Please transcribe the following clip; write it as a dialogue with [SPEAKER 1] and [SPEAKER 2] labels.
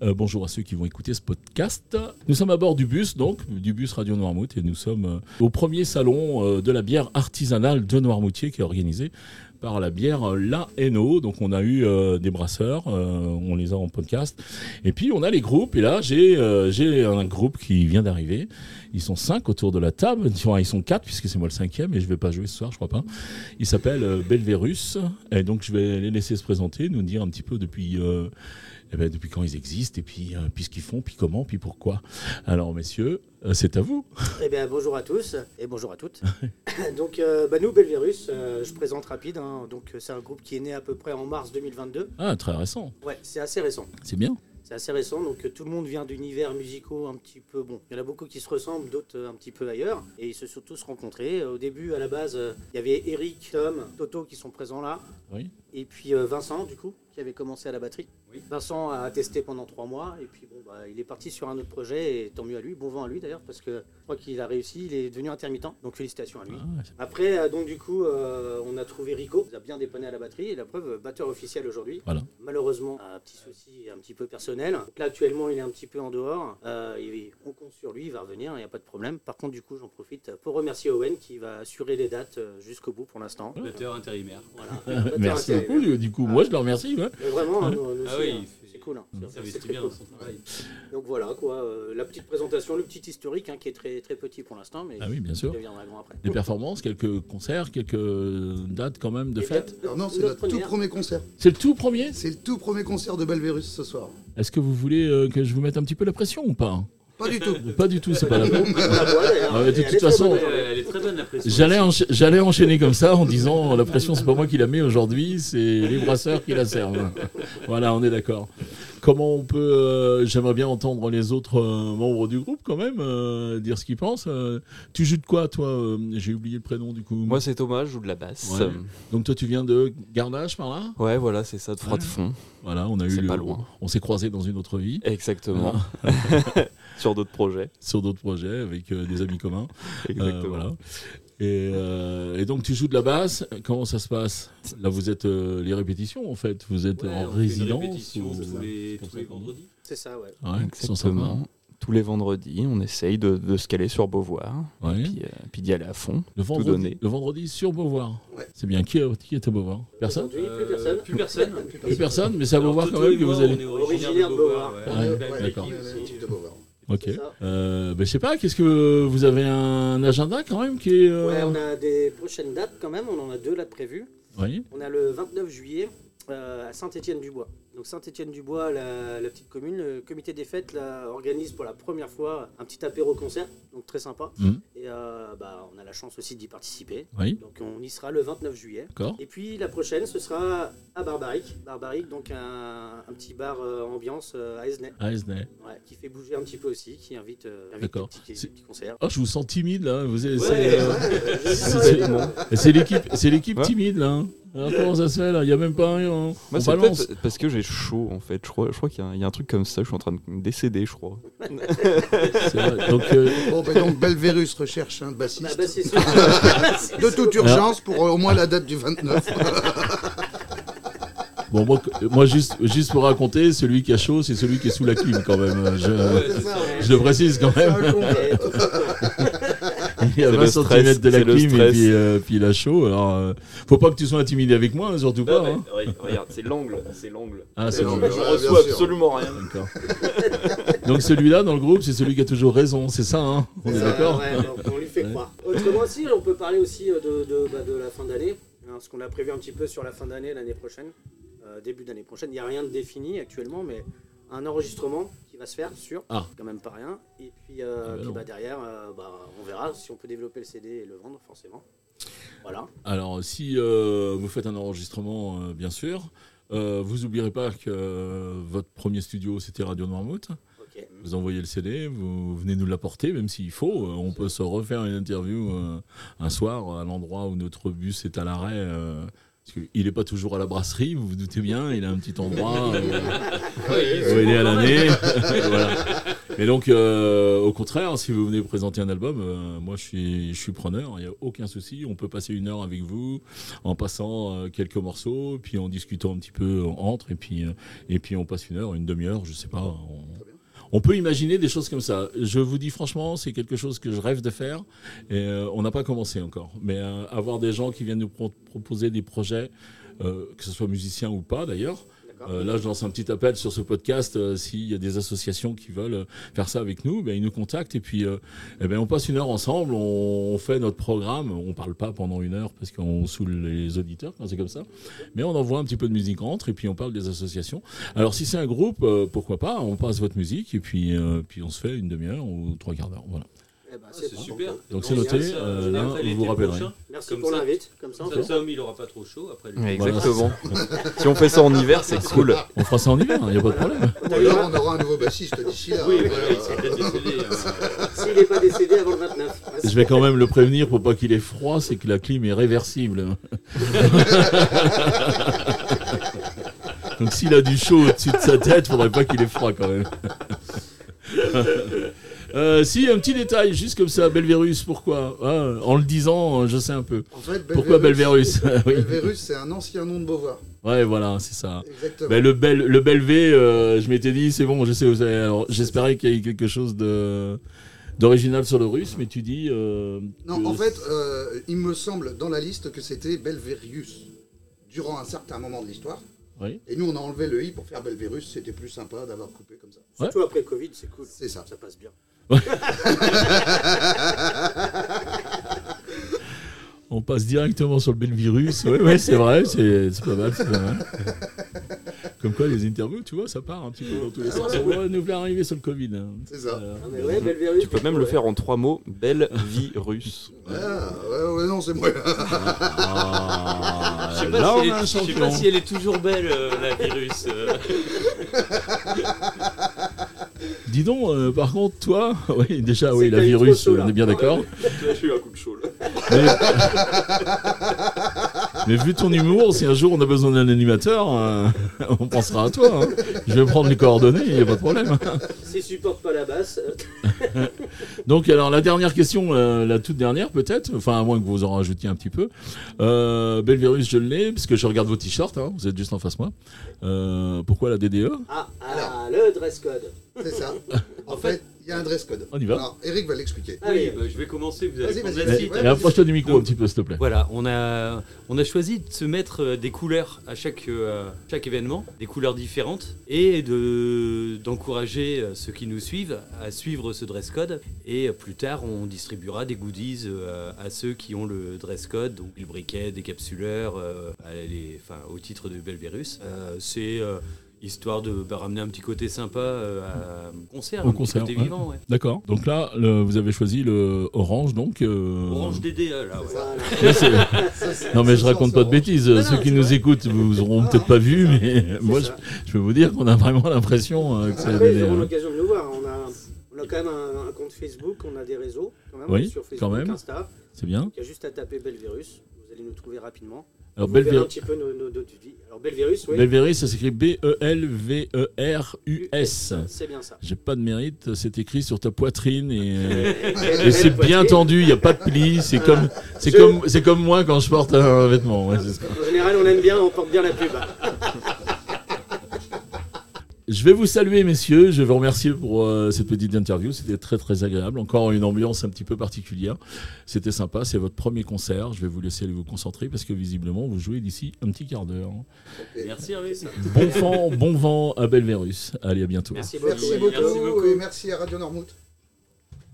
[SPEAKER 1] Euh, bonjour à ceux qui vont écouter ce podcast. Nous sommes à bord du bus, donc, du bus Radio Noirmouth, et nous sommes euh, au premier salon euh, de la bière artisanale de Noirmoutier qui est organisé par la bière euh, La NO. Donc, on a eu euh, des brasseurs, euh, on les a en podcast. Et puis, on a les groupes, et là, j'ai euh, j'ai un groupe qui vient d'arriver. Ils sont cinq autour de la table. Enfin, ils sont quatre, puisque c'est moi le cinquième, et je vais pas jouer ce soir, je crois pas. Il s'appelle euh, Belverus, et donc, je vais les laisser se présenter, nous dire un petit peu depuis. euh, eh ben, depuis quand ils existent, et puis, euh, puis ce qu'ils font, puis comment, puis pourquoi. Alors, messieurs, euh, c'est à vous.
[SPEAKER 2] Eh bien, bonjour à tous et bonjour à toutes. donc, euh, bah, nous, Belvirus, euh, je présente rapide. hein. donc, euh, c'est un groupe qui est né à peu près en mars 2022.
[SPEAKER 1] Ah, très récent.
[SPEAKER 2] Ouais, c'est assez récent.
[SPEAKER 1] C'est bien.
[SPEAKER 2] C'est assez récent. Donc, euh, tout le monde vient d'univers musicaux un petit peu. Bon, il y en a beaucoup qui se ressemblent, d'autres euh, un petit peu ailleurs. Et ils se sont tous rencontrés. Au début, à la base, euh, il y avait Eric, Tom, Toto qui sont présents là.
[SPEAKER 1] Oui.
[SPEAKER 2] Et puis euh, Vincent, du coup, qui avait commencé à la batterie. Vincent a testé pendant trois mois, et puis bon, bah, il est parti sur un autre projet, et tant mieux à lui, bon vent à lui d'ailleurs, parce que je crois qu'il a réussi, il est devenu intermittent, donc félicitations à lui.
[SPEAKER 1] Ah, c'est-
[SPEAKER 2] Après, euh, donc du coup, euh, on a trouvé Rico, il a bien dépanné à la batterie, et la preuve, euh, batteur officiel aujourd'hui.
[SPEAKER 1] Voilà.
[SPEAKER 2] Malheureusement, un petit souci un petit peu personnel. Donc là, actuellement, il est un petit peu en dehors. Euh, il- on compte sur lui, il va revenir, il n'y a pas de problème. Par contre, du coup, j'en profite pour remercier Owen qui va assurer les dates euh, jusqu'au bout pour l'instant.
[SPEAKER 3] Batteur intérimaire.
[SPEAKER 2] Voilà. Batteur
[SPEAKER 1] Merci
[SPEAKER 2] intérimaire.
[SPEAKER 1] beaucoup. Du coup, moi, je leur remercie. ouais.
[SPEAKER 2] Mais vraiment, hein, nous- nous
[SPEAKER 3] Ah
[SPEAKER 2] aussi,
[SPEAKER 3] oui,
[SPEAKER 2] hein,
[SPEAKER 3] il fait-
[SPEAKER 2] c'est cool. hein.
[SPEAKER 3] Il
[SPEAKER 2] C'est- c'est
[SPEAKER 3] s'investit
[SPEAKER 2] très
[SPEAKER 3] bien
[SPEAKER 2] cool.
[SPEAKER 3] dans son travail.
[SPEAKER 2] Donc voilà quoi, euh, la petite présentation, le petit historique hein, qui est très très petit pour l'instant, mais
[SPEAKER 1] Ah oui, bien
[SPEAKER 2] il
[SPEAKER 1] sûr.
[SPEAKER 2] deviendra grand après.
[SPEAKER 1] Des performances, quelques concerts, quelques dates quand même de
[SPEAKER 2] Et
[SPEAKER 1] fête.
[SPEAKER 2] Eh bien,
[SPEAKER 4] Alors non, c'est
[SPEAKER 2] notre
[SPEAKER 4] le tout
[SPEAKER 2] première.
[SPEAKER 4] premier concert.
[SPEAKER 1] C'est le tout premier.
[SPEAKER 4] C'est le tout premier concert de Belverus ce soir.
[SPEAKER 1] Est-ce que vous voulez euh, que je vous mette un petit peu la pression ou pas
[SPEAKER 4] Pas du tout.
[SPEAKER 1] Pas du tout, c'est pas la peine.
[SPEAKER 2] Ah, voilà, elle-
[SPEAKER 1] Ah, mais de
[SPEAKER 2] elle est
[SPEAKER 1] toute
[SPEAKER 2] très
[SPEAKER 1] façon,
[SPEAKER 2] bonne,
[SPEAKER 3] Euh,
[SPEAKER 2] elle.
[SPEAKER 3] Elle est très bonne la pression.
[SPEAKER 1] J'allais encha- j'allais enchaîner comme ça en disant la pression, c'est pas moi qui la mets aujourd'hui, c'est les brasseurs qui la servent. Voilà, on est d'accord. Comment on peut. euh, J'aimerais bien entendre les autres euh, membres du groupe quand même euh, dire ce qu'ils pensent. Euh, tu joues de quoi, toi euh, J'ai oublié le prénom du coup.
[SPEAKER 5] Moi, c'est Thomas, je joue de la basse.
[SPEAKER 1] Ouais.
[SPEAKER 5] Euh,
[SPEAKER 1] Donc toi, tu viens de Gardage par là
[SPEAKER 5] Ouais, voilà, c'est ça, de froid de fond.
[SPEAKER 1] Voilà, on a eu.
[SPEAKER 5] C'est
[SPEAKER 1] le-
[SPEAKER 5] pas loin.
[SPEAKER 1] On s'est croisés dans une autre vie,
[SPEAKER 5] Exactement. Sur d'autres projets.
[SPEAKER 1] sur d'autres projets, avec euh, des amis communs. Euh,
[SPEAKER 5] Exactement.
[SPEAKER 1] voilà. Et, euh, et donc tu joues de la basse, comment ça se passe Là vous êtes euh, les répétitions en fait, vous êtes
[SPEAKER 3] Ouais,
[SPEAKER 1] en
[SPEAKER 3] on fait une
[SPEAKER 1] résidence
[SPEAKER 3] répétition tous
[SPEAKER 1] C'est
[SPEAKER 3] les,
[SPEAKER 1] comme
[SPEAKER 3] tous
[SPEAKER 1] ça
[SPEAKER 3] les
[SPEAKER 1] qu'on dit.
[SPEAKER 3] vendredis.
[SPEAKER 2] C'est ça, ouais.
[SPEAKER 1] Ouais, sans savoir.
[SPEAKER 5] Exactement. Tous les vendredis, on essaye de, de se caler sur Beauvoir,
[SPEAKER 1] Ouais.
[SPEAKER 5] puis, euh, puis d'y aller à fond.
[SPEAKER 1] Le, vendredi,
[SPEAKER 5] donner.
[SPEAKER 1] le vendredi sur Beauvoir.
[SPEAKER 4] Ouais.
[SPEAKER 1] C'est bien, qui, est- qui est à Beauvoir Personne
[SPEAKER 2] Aujourd'hui, plus
[SPEAKER 3] Euh,
[SPEAKER 2] personne.
[SPEAKER 3] Plus personne.
[SPEAKER 1] Plus personne, mais c'est à
[SPEAKER 3] Alors,
[SPEAKER 1] Beauvoir
[SPEAKER 3] Toto
[SPEAKER 1] quand même
[SPEAKER 3] et
[SPEAKER 1] que
[SPEAKER 3] moi,
[SPEAKER 1] vous allez.
[SPEAKER 3] On est
[SPEAKER 2] Originaire
[SPEAKER 3] originaire
[SPEAKER 2] de
[SPEAKER 3] de
[SPEAKER 2] Beauvoir,
[SPEAKER 3] Beauvoir.
[SPEAKER 1] ouais.
[SPEAKER 3] La
[SPEAKER 4] Euh, Ouais,
[SPEAKER 3] même
[SPEAKER 1] Ah, d'accord.
[SPEAKER 4] on
[SPEAKER 3] équipe
[SPEAKER 4] est
[SPEAKER 3] aussi.
[SPEAKER 4] l'équipe de Beauvoir.
[SPEAKER 1] Ok.
[SPEAKER 2] c'est ça.
[SPEAKER 1] Euh, ben, je sais pas, qu'est-ce que vous avez un agenda quand même qui est.
[SPEAKER 2] Ouais,
[SPEAKER 1] euh,
[SPEAKER 2] on a des prochaines dates quand même, on en a deux là de prévues.
[SPEAKER 1] oui.
[SPEAKER 2] On a le 29 juillet euh, à Saint-Étienne-du-Bois. Donc Saint-Étienne-du-Bois, la, la petite commune, le comité des fêtes là, organise pour la première fois un petit apéro-concert, donc très sympa.
[SPEAKER 1] Mhm.
[SPEAKER 2] Et euh, bah, on a la chance aussi d'y participer.
[SPEAKER 1] Oui,
[SPEAKER 2] Donc on y sera le 29 juillet.
[SPEAKER 1] d'accord.
[SPEAKER 2] Et puis la prochaine, ce sera à Barbaric. Barbaric, donc un, un petit bar euh, ambiance euh, à Esnay,
[SPEAKER 1] Ah, Esnay.
[SPEAKER 2] ouais, qui fait bouger un petit peu aussi, qui invite, euh, qui invite des
[SPEAKER 1] D'accord.
[SPEAKER 2] petits,
[SPEAKER 1] C'est-
[SPEAKER 2] des petits concerts.
[SPEAKER 1] Oh, je vous sens timide là. Vous êtes-
[SPEAKER 3] Ouais.
[SPEAKER 1] c'est, euh, c'est- c'est l'équipe, c'est l'équipe
[SPEAKER 5] Ouais.
[SPEAKER 1] timide là. hein. Alors, comment ça se fait là Il y a même pas un. hein. On,
[SPEAKER 5] Moi,
[SPEAKER 1] on
[SPEAKER 5] c'est
[SPEAKER 1] balance.
[SPEAKER 5] peut-être parce que j'ai chaud, en fait. Je crois, je crois qu'il y, a un- il y a un truc comme ça, je suis en train de décéder, je crois.
[SPEAKER 1] C'est vrai. Donc, euh,
[SPEAKER 4] Bon, bah donc Belverus recherche un bassiste.
[SPEAKER 2] Bah, bah, c'est sûr.
[SPEAKER 4] de toute urgence pour euh, au moins la date du 29.
[SPEAKER 1] bon, moi, moi, juste, juste pour raconter, celui qui a chaud, c'est celui qui est sous la clim quand même. Je,
[SPEAKER 3] Ouais,
[SPEAKER 1] je le précise quand même.
[SPEAKER 2] Et-
[SPEAKER 1] Il y a
[SPEAKER 5] C'est
[SPEAKER 1] 20
[SPEAKER 5] le stress,
[SPEAKER 1] cm de la
[SPEAKER 5] c'est le
[SPEAKER 1] clim et
[SPEAKER 5] stress.
[SPEAKER 1] puis, euh, puis il a chaud. Alors, euh, faut pas que tu sois intimidé avec moi, hein, surtout pas. hein.
[SPEAKER 5] Regarde, c'est l'angle, c'est l'angle.
[SPEAKER 1] Ah, c'est
[SPEAKER 4] Non,
[SPEAKER 1] bon.
[SPEAKER 4] mais-
[SPEAKER 5] Je
[SPEAKER 4] Ouais,
[SPEAKER 5] reçois
[SPEAKER 4] bien sûr.
[SPEAKER 5] absolument rien.
[SPEAKER 1] D'accord. Donc celui-là dans le groupe, c'est celui qui a toujours raison, c'est ça, hein On est
[SPEAKER 2] Euh,
[SPEAKER 1] d'accord
[SPEAKER 2] ouais, donc on lui fait croire. Autrement, si, on peut parler aussi euh, de, de, bah, de la fin d'année, hein, parce qu'on a prévu un petit peu sur la fin d'année, l'année prochaine, euh, début d'année prochaine. Il n'y a rien de défini actuellement, mais un enregistrement qui va se faire, sûr,
[SPEAKER 1] Ah.
[SPEAKER 2] quand même pas rien. Et puis, euh,
[SPEAKER 1] Ah bah
[SPEAKER 2] puis,
[SPEAKER 1] non.
[SPEAKER 2] bah, derrière, euh, bah, on verra si on peut développer le CD et le vendre, forcément. Voilà.
[SPEAKER 1] Alors, si euh, vous faites un enregistrement, euh, bien sûr, euh, vous n'oublierez pas que euh, votre premier studio, c'était Radio Noirmouth.
[SPEAKER 2] Ok.
[SPEAKER 1] Vous envoyez le CD, vous venez nous l'apporter, même s'il faut. Euh, on peut se refaire une interview euh, un soir à l'endroit où notre bus est à l'arrêt. euh, parce qu'il n'est pas toujours à la brasserie, vous vous doutez bien, il a un petit endroit euh,
[SPEAKER 3] Ah, Ouais, il est
[SPEAKER 1] où il est à
[SPEAKER 3] souvent
[SPEAKER 1] l'année. Voilà. Mais donc, euh, au contraire, si vous venez présenter un album, euh, moi je suis, je suis preneur, il n'y a aucun souci. On peut passer une heure avec vous en passant euh, quelques morceaux, puis en discutant un petit peu entre, et puis, euh, et puis on passe une heure, une demi-heure, je sais pas. On, on peut imaginer des choses comme ça. Je vous dis franchement, c'est quelque chose que je rêve de faire. Et euh, on n'a pas commencé encore. Mais euh, avoir des gens qui viennent nous pro- proposer des projets, euh, que ce soit musiciens ou pas d'ailleurs,
[SPEAKER 2] D'accord.
[SPEAKER 1] euh, là, je lance un petit appel sur ce podcast. euh, S'il y a des associations qui veulent euh, faire ça avec nous, ben, ils nous contactent et puis euh, eh ben, on passe une heure ensemble, on, on fait notre programme. On parle pas pendant une heure parce qu'on saoule les auditeurs quand c'est comme ça. Mais on envoie un petit peu de musique entre et puis on parle des associations. Alors si c'est un groupe, euh, pourquoi pas On passe votre musique et puis, euh, puis on se fait une demi-heure ou trois quarts d'heure. Voilà.
[SPEAKER 2] Eh ben,
[SPEAKER 3] Ah,
[SPEAKER 2] c'est
[SPEAKER 3] c'est
[SPEAKER 2] bon.
[SPEAKER 3] super.
[SPEAKER 1] Donc c'est
[SPEAKER 2] Non,
[SPEAKER 1] noté.
[SPEAKER 2] c'est ça,
[SPEAKER 1] euh,
[SPEAKER 3] Général,
[SPEAKER 1] là,
[SPEAKER 3] ça,
[SPEAKER 1] vous
[SPEAKER 3] l'été
[SPEAKER 1] vous rappellerez.
[SPEAKER 3] prochain.
[SPEAKER 2] Merci
[SPEAKER 3] Comme
[SPEAKER 2] pour
[SPEAKER 3] ça.
[SPEAKER 2] l'invite, comme ça on fait.
[SPEAKER 3] Comme ça, Tom, il aura pas trop chaud après le-
[SPEAKER 5] Exactement. si on fait ça en hiver, c'est cool.
[SPEAKER 1] On fera ça en hiver, il n'y a pas de problème.
[SPEAKER 4] Ou alors on aura un nouveau bassiste d'ici là.
[SPEAKER 3] Oui,
[SPEAKER 4] hein,
[SPEAKER 3] voilà,
[SPEAKER 4] mais,
[SPEAKER 3] il s'est peut-être décédé, hein.
[SPEAKER 2] S'il n'est pas décédé avant le 29. Ah, c'est-
[SPEAKER 1] Je vais quand même le prévenir pour pas qu'il ait froid, c'est que la clim est réversible. Donc s'il a du chaud au-dessus de sa tête, faudrait pas qu'il ait froid quand même. Euh, si, un petit détail, juste comme ça, Belverus, pourquoi Ah, En le disant, je sais un peu.
[SPEAKER 4] euh, en fait,
[SPEAKER 1] Pourquoi Belverus Oui.
[SPEAKER 4] Belverus, c'est un ancien nom de Beauvoir.
[SPEAKER 1] Ouais, voilà, c'est ça.
[SPEAKER 4] Exactement.
[SPEAKER 1] Ben, le bel, le bel V, euh, je m'étais dit, c'est bon, je sais, vous avez- alors, j'espérais qu'il y ait quelque chose de d'original sur le russe, mais tu dis. euh,
[SPEAKER 4] Non,
[SPEAKER 1] que-
[SPEAKER 4] en fait, euh, il me semble dans la liste que c'était Belverius durant un certain moment de l'histoire.
[SPEAKER 1] Oui.
[SPEAKER 4] Et nous, on a enlevé le i pour faire Belverus. C'était plus sympa d'avoir coupé comme ça.
[SPEAKER 2] Surtout après Covid, c'est cool.
[SPEAKER 4] C'est ça.
[SPEAKER 2] Ça passe bien.
[SPEAKER 1] On passe directement sur le Belvirus. Oui, ouais, c'est vrai, c'est c'est pas mal. c'est pas mal. Comme quoi, les interviews, tu vois, ça part un petit peu dans tous les sens. On va nous faire arriver sur le Covid. hein.
[SPEAKER 4] C'est ça.
[SPEAKER 1] Voilà.
[SPEAKER 2] Ah, mais ouais, Belverus,
[SPEAKER 5] Tu peux même le faire en trois mots. Belle vie russe.
[SPEAKER 4] Ah, ouais, ouais, non, c'est moi.
[SPEAKER 1] Ah,
[SPEAKER 3] Je sais
[SPEAKER 1] là,
[SPEAKER 3] pas si
[SPEAKER 1] on a un
[SPEAKER 3] elle- je sais
[SPEAKER 1] champion.
[SPEAKER 3] pas si elle est toujours belle, euh, la virus. euh.
[SPEAKER 1] Dis donc, euh, par contre, toi, oui, déjà, oui,
[SPEAKER 2] C'est
[SPEAKER 1] la
[SPEAKER 2] que les
[SPEAKER 1] virus,
[SPEAKER 2] trop chauds,
[SPEAKER 1] on est bien
[SPEAKER 2] là.
[SPEAKER 1] d'accord.
[SPEAKER 3] Ah Là, j'ai eu un coup de chaud, là.
[SPEAKER 1] Mais... mais vu ton humour, si un jour on a besoin d'un animateur, euh, on pensera à toi. hein. Je vais prendre les coordonnées, il n'y a pas de problème.
[SPEAKER 2] S'il supporte pas la basse, euh,
[SPEAKER 1] Donc alors la dernière question, euh, la toute dernière peut-être, enfin à moins que vous en rajoutiez un petit peu. Euh, Belvirus, je l'ai, parce que je regarde vos t-shirts, hein, vous êtes juste en face de moi. Euh, pourquoi la DDE
[SPEAKER 2] ah, ah,
[SPEAKER 4] Alors.
[SPEAKER 2] le dress code.
[SPEAKER 4] C'est ça. En
[SPEAKER 3] En
[SPEAKER 4] fait, il y a un dress code.
[SPEAKER 1] On y va.
[SPEAKER 4] Alors, Eric va l'expliquer.
[SPEAKER 3] Oui,
[SPEAKER 2] Allez,
[SPEAKER 3] bah, je vais commencer, vous allez
[SPEAKER 4] Vas-y,
[SPEAKER 3] prendre la
[SPEAKER 4] vas-y,
[SPEAKER 2] Ah,
[SPEAKER 4] vas-y,
[SPEAKER 3] suite.
[SPEAKER 4] ouais.
[SPEAKER 1] Et Approche-toi du micro un petit peu s'il te plaît.
[SPEAKER 3] Voilà, on a, on a choisi de se mettre euh, des couleurs à chaque, euh, chaque événement, des couleurs différentes, et de- d'encourager euh, ceux qui nous suivent à suivre ce dress code. Et euh, plus tard, on distribuera des goodies euh, à ceux qui ont le dress code, donc le briquet, des capsuleurs, euh, à les- enfin, au titre de Belverus. Euh, C'est euh, histoire de bah, ramener un petit côté sympa euh, à un concert,
[SPEAKER 1] Au
[SPEAKER 3] un petit
[SPEAKER 1] concert,
[SPEAKER 3] côté
[SPEAKER 1] ouais.
[SPEAKER 3] vivant. ouais.
[SPEAKER 1] D'accord. Donc là, le- vous avez choisi le orange, donc. euh,
[SPEAKER 3] Orange DDA, là, Ah ouais.
[SPEAKER 2] Voilà.
[SPEAKER 1] là, c'est-
[SPEAKER 4] Ça, c'est-
[SPEAKER 1] Non mais je
[SPEAKER 4] ça,
[SPEAKER 1] raconte
[SPEAKER 4] c'est
[SPEAKER 1] pas de
[SPEAKER 4] orange.
[SPEAKER 1] bêtises.
[SPEAKER 2] Non, non,
[SPEAKER 1] Ceux qui
[SPEAKER 2] c'est
[SPEAKER 1] nous
[SPEAKER 2] vrai. Ah,
[SPEAKER 1] écoutent, vous auront peut-être pas vu, mais moi, je,
[SPEAKER 2] ça.
[SPEAKER 1] je peux vous dire qu'on a vraiment l'impression euh, que c'est la
[SPEAKER 2] Après, ils auront
[SPEAKER 1] DDE.
[SPEAKER 2] l'occasion de nous voir. On a, on a quand même un, un compte Facebook, on a des réseaux quand même,
[SPEAKER 1] Oui,
[SPEAKER 2] sur Facebook,
[SPEAKER 1] quand même.
[SPEAKER 2] Insta.
[SPEAKER 1] C'est bien.
[SPEAKER 2] Il y a juste à taper Belverus, vous allez nous trouver rapidement.
[SPEAKER 1] Alors
[SPEAKER 2] vous verrez
[SPEAKER 1] Belvér-
[SPEAKER 2] un petit peu nos, nos, nos vies. Alors Belverus, oui,
[SPEAKER 1] Belvéris, ça s'écrit E B-E-L-V-E-R-U-S.
[SPEAKER 2] c'est bien ça.
[SPEAKER 1] J'ai pas de mérite, c'est écrit sur ta poitrine et, et
[SPEAKER 2] Et
[SPEAKER 1] c'est bien tendu, il n'y a pas de pli, c'est comme, c'est
[SPEAKER 2] Je-
[SPEAKER 1] comme, c'est comme moi quand je porte un vêtement. ouais, hein, c'est ça.
[SPEAKER 2] En général, on aime bien, on porte bien la pub.
[SPEAKER 1] Je vais vous saluer messieurs, je vais vous remercier pour euh, cette petite interview, c'était très très agréable, encore une ambiance un petit peu particulière, c'était sympa, c'est votre premier concert, je vais vous laisser aller vous concentrer parce que visiblement vous jouez d'ici un petit quart d'heure.
[SPEAKER 3] Merci Hervé.
[SPEAKER 1] Bon vent, bon vent à Belverus, allez à bientôt.
[SPEAKER 2] Merci beaucoup.
[SPEAKER 4] Merci
[SPEAKER 3] Merci
[SPEAKER 4] beaucoup.
[SPEAKER 3] beaucoup.
[SPEAKER 4] Et merci à Radio Normouth.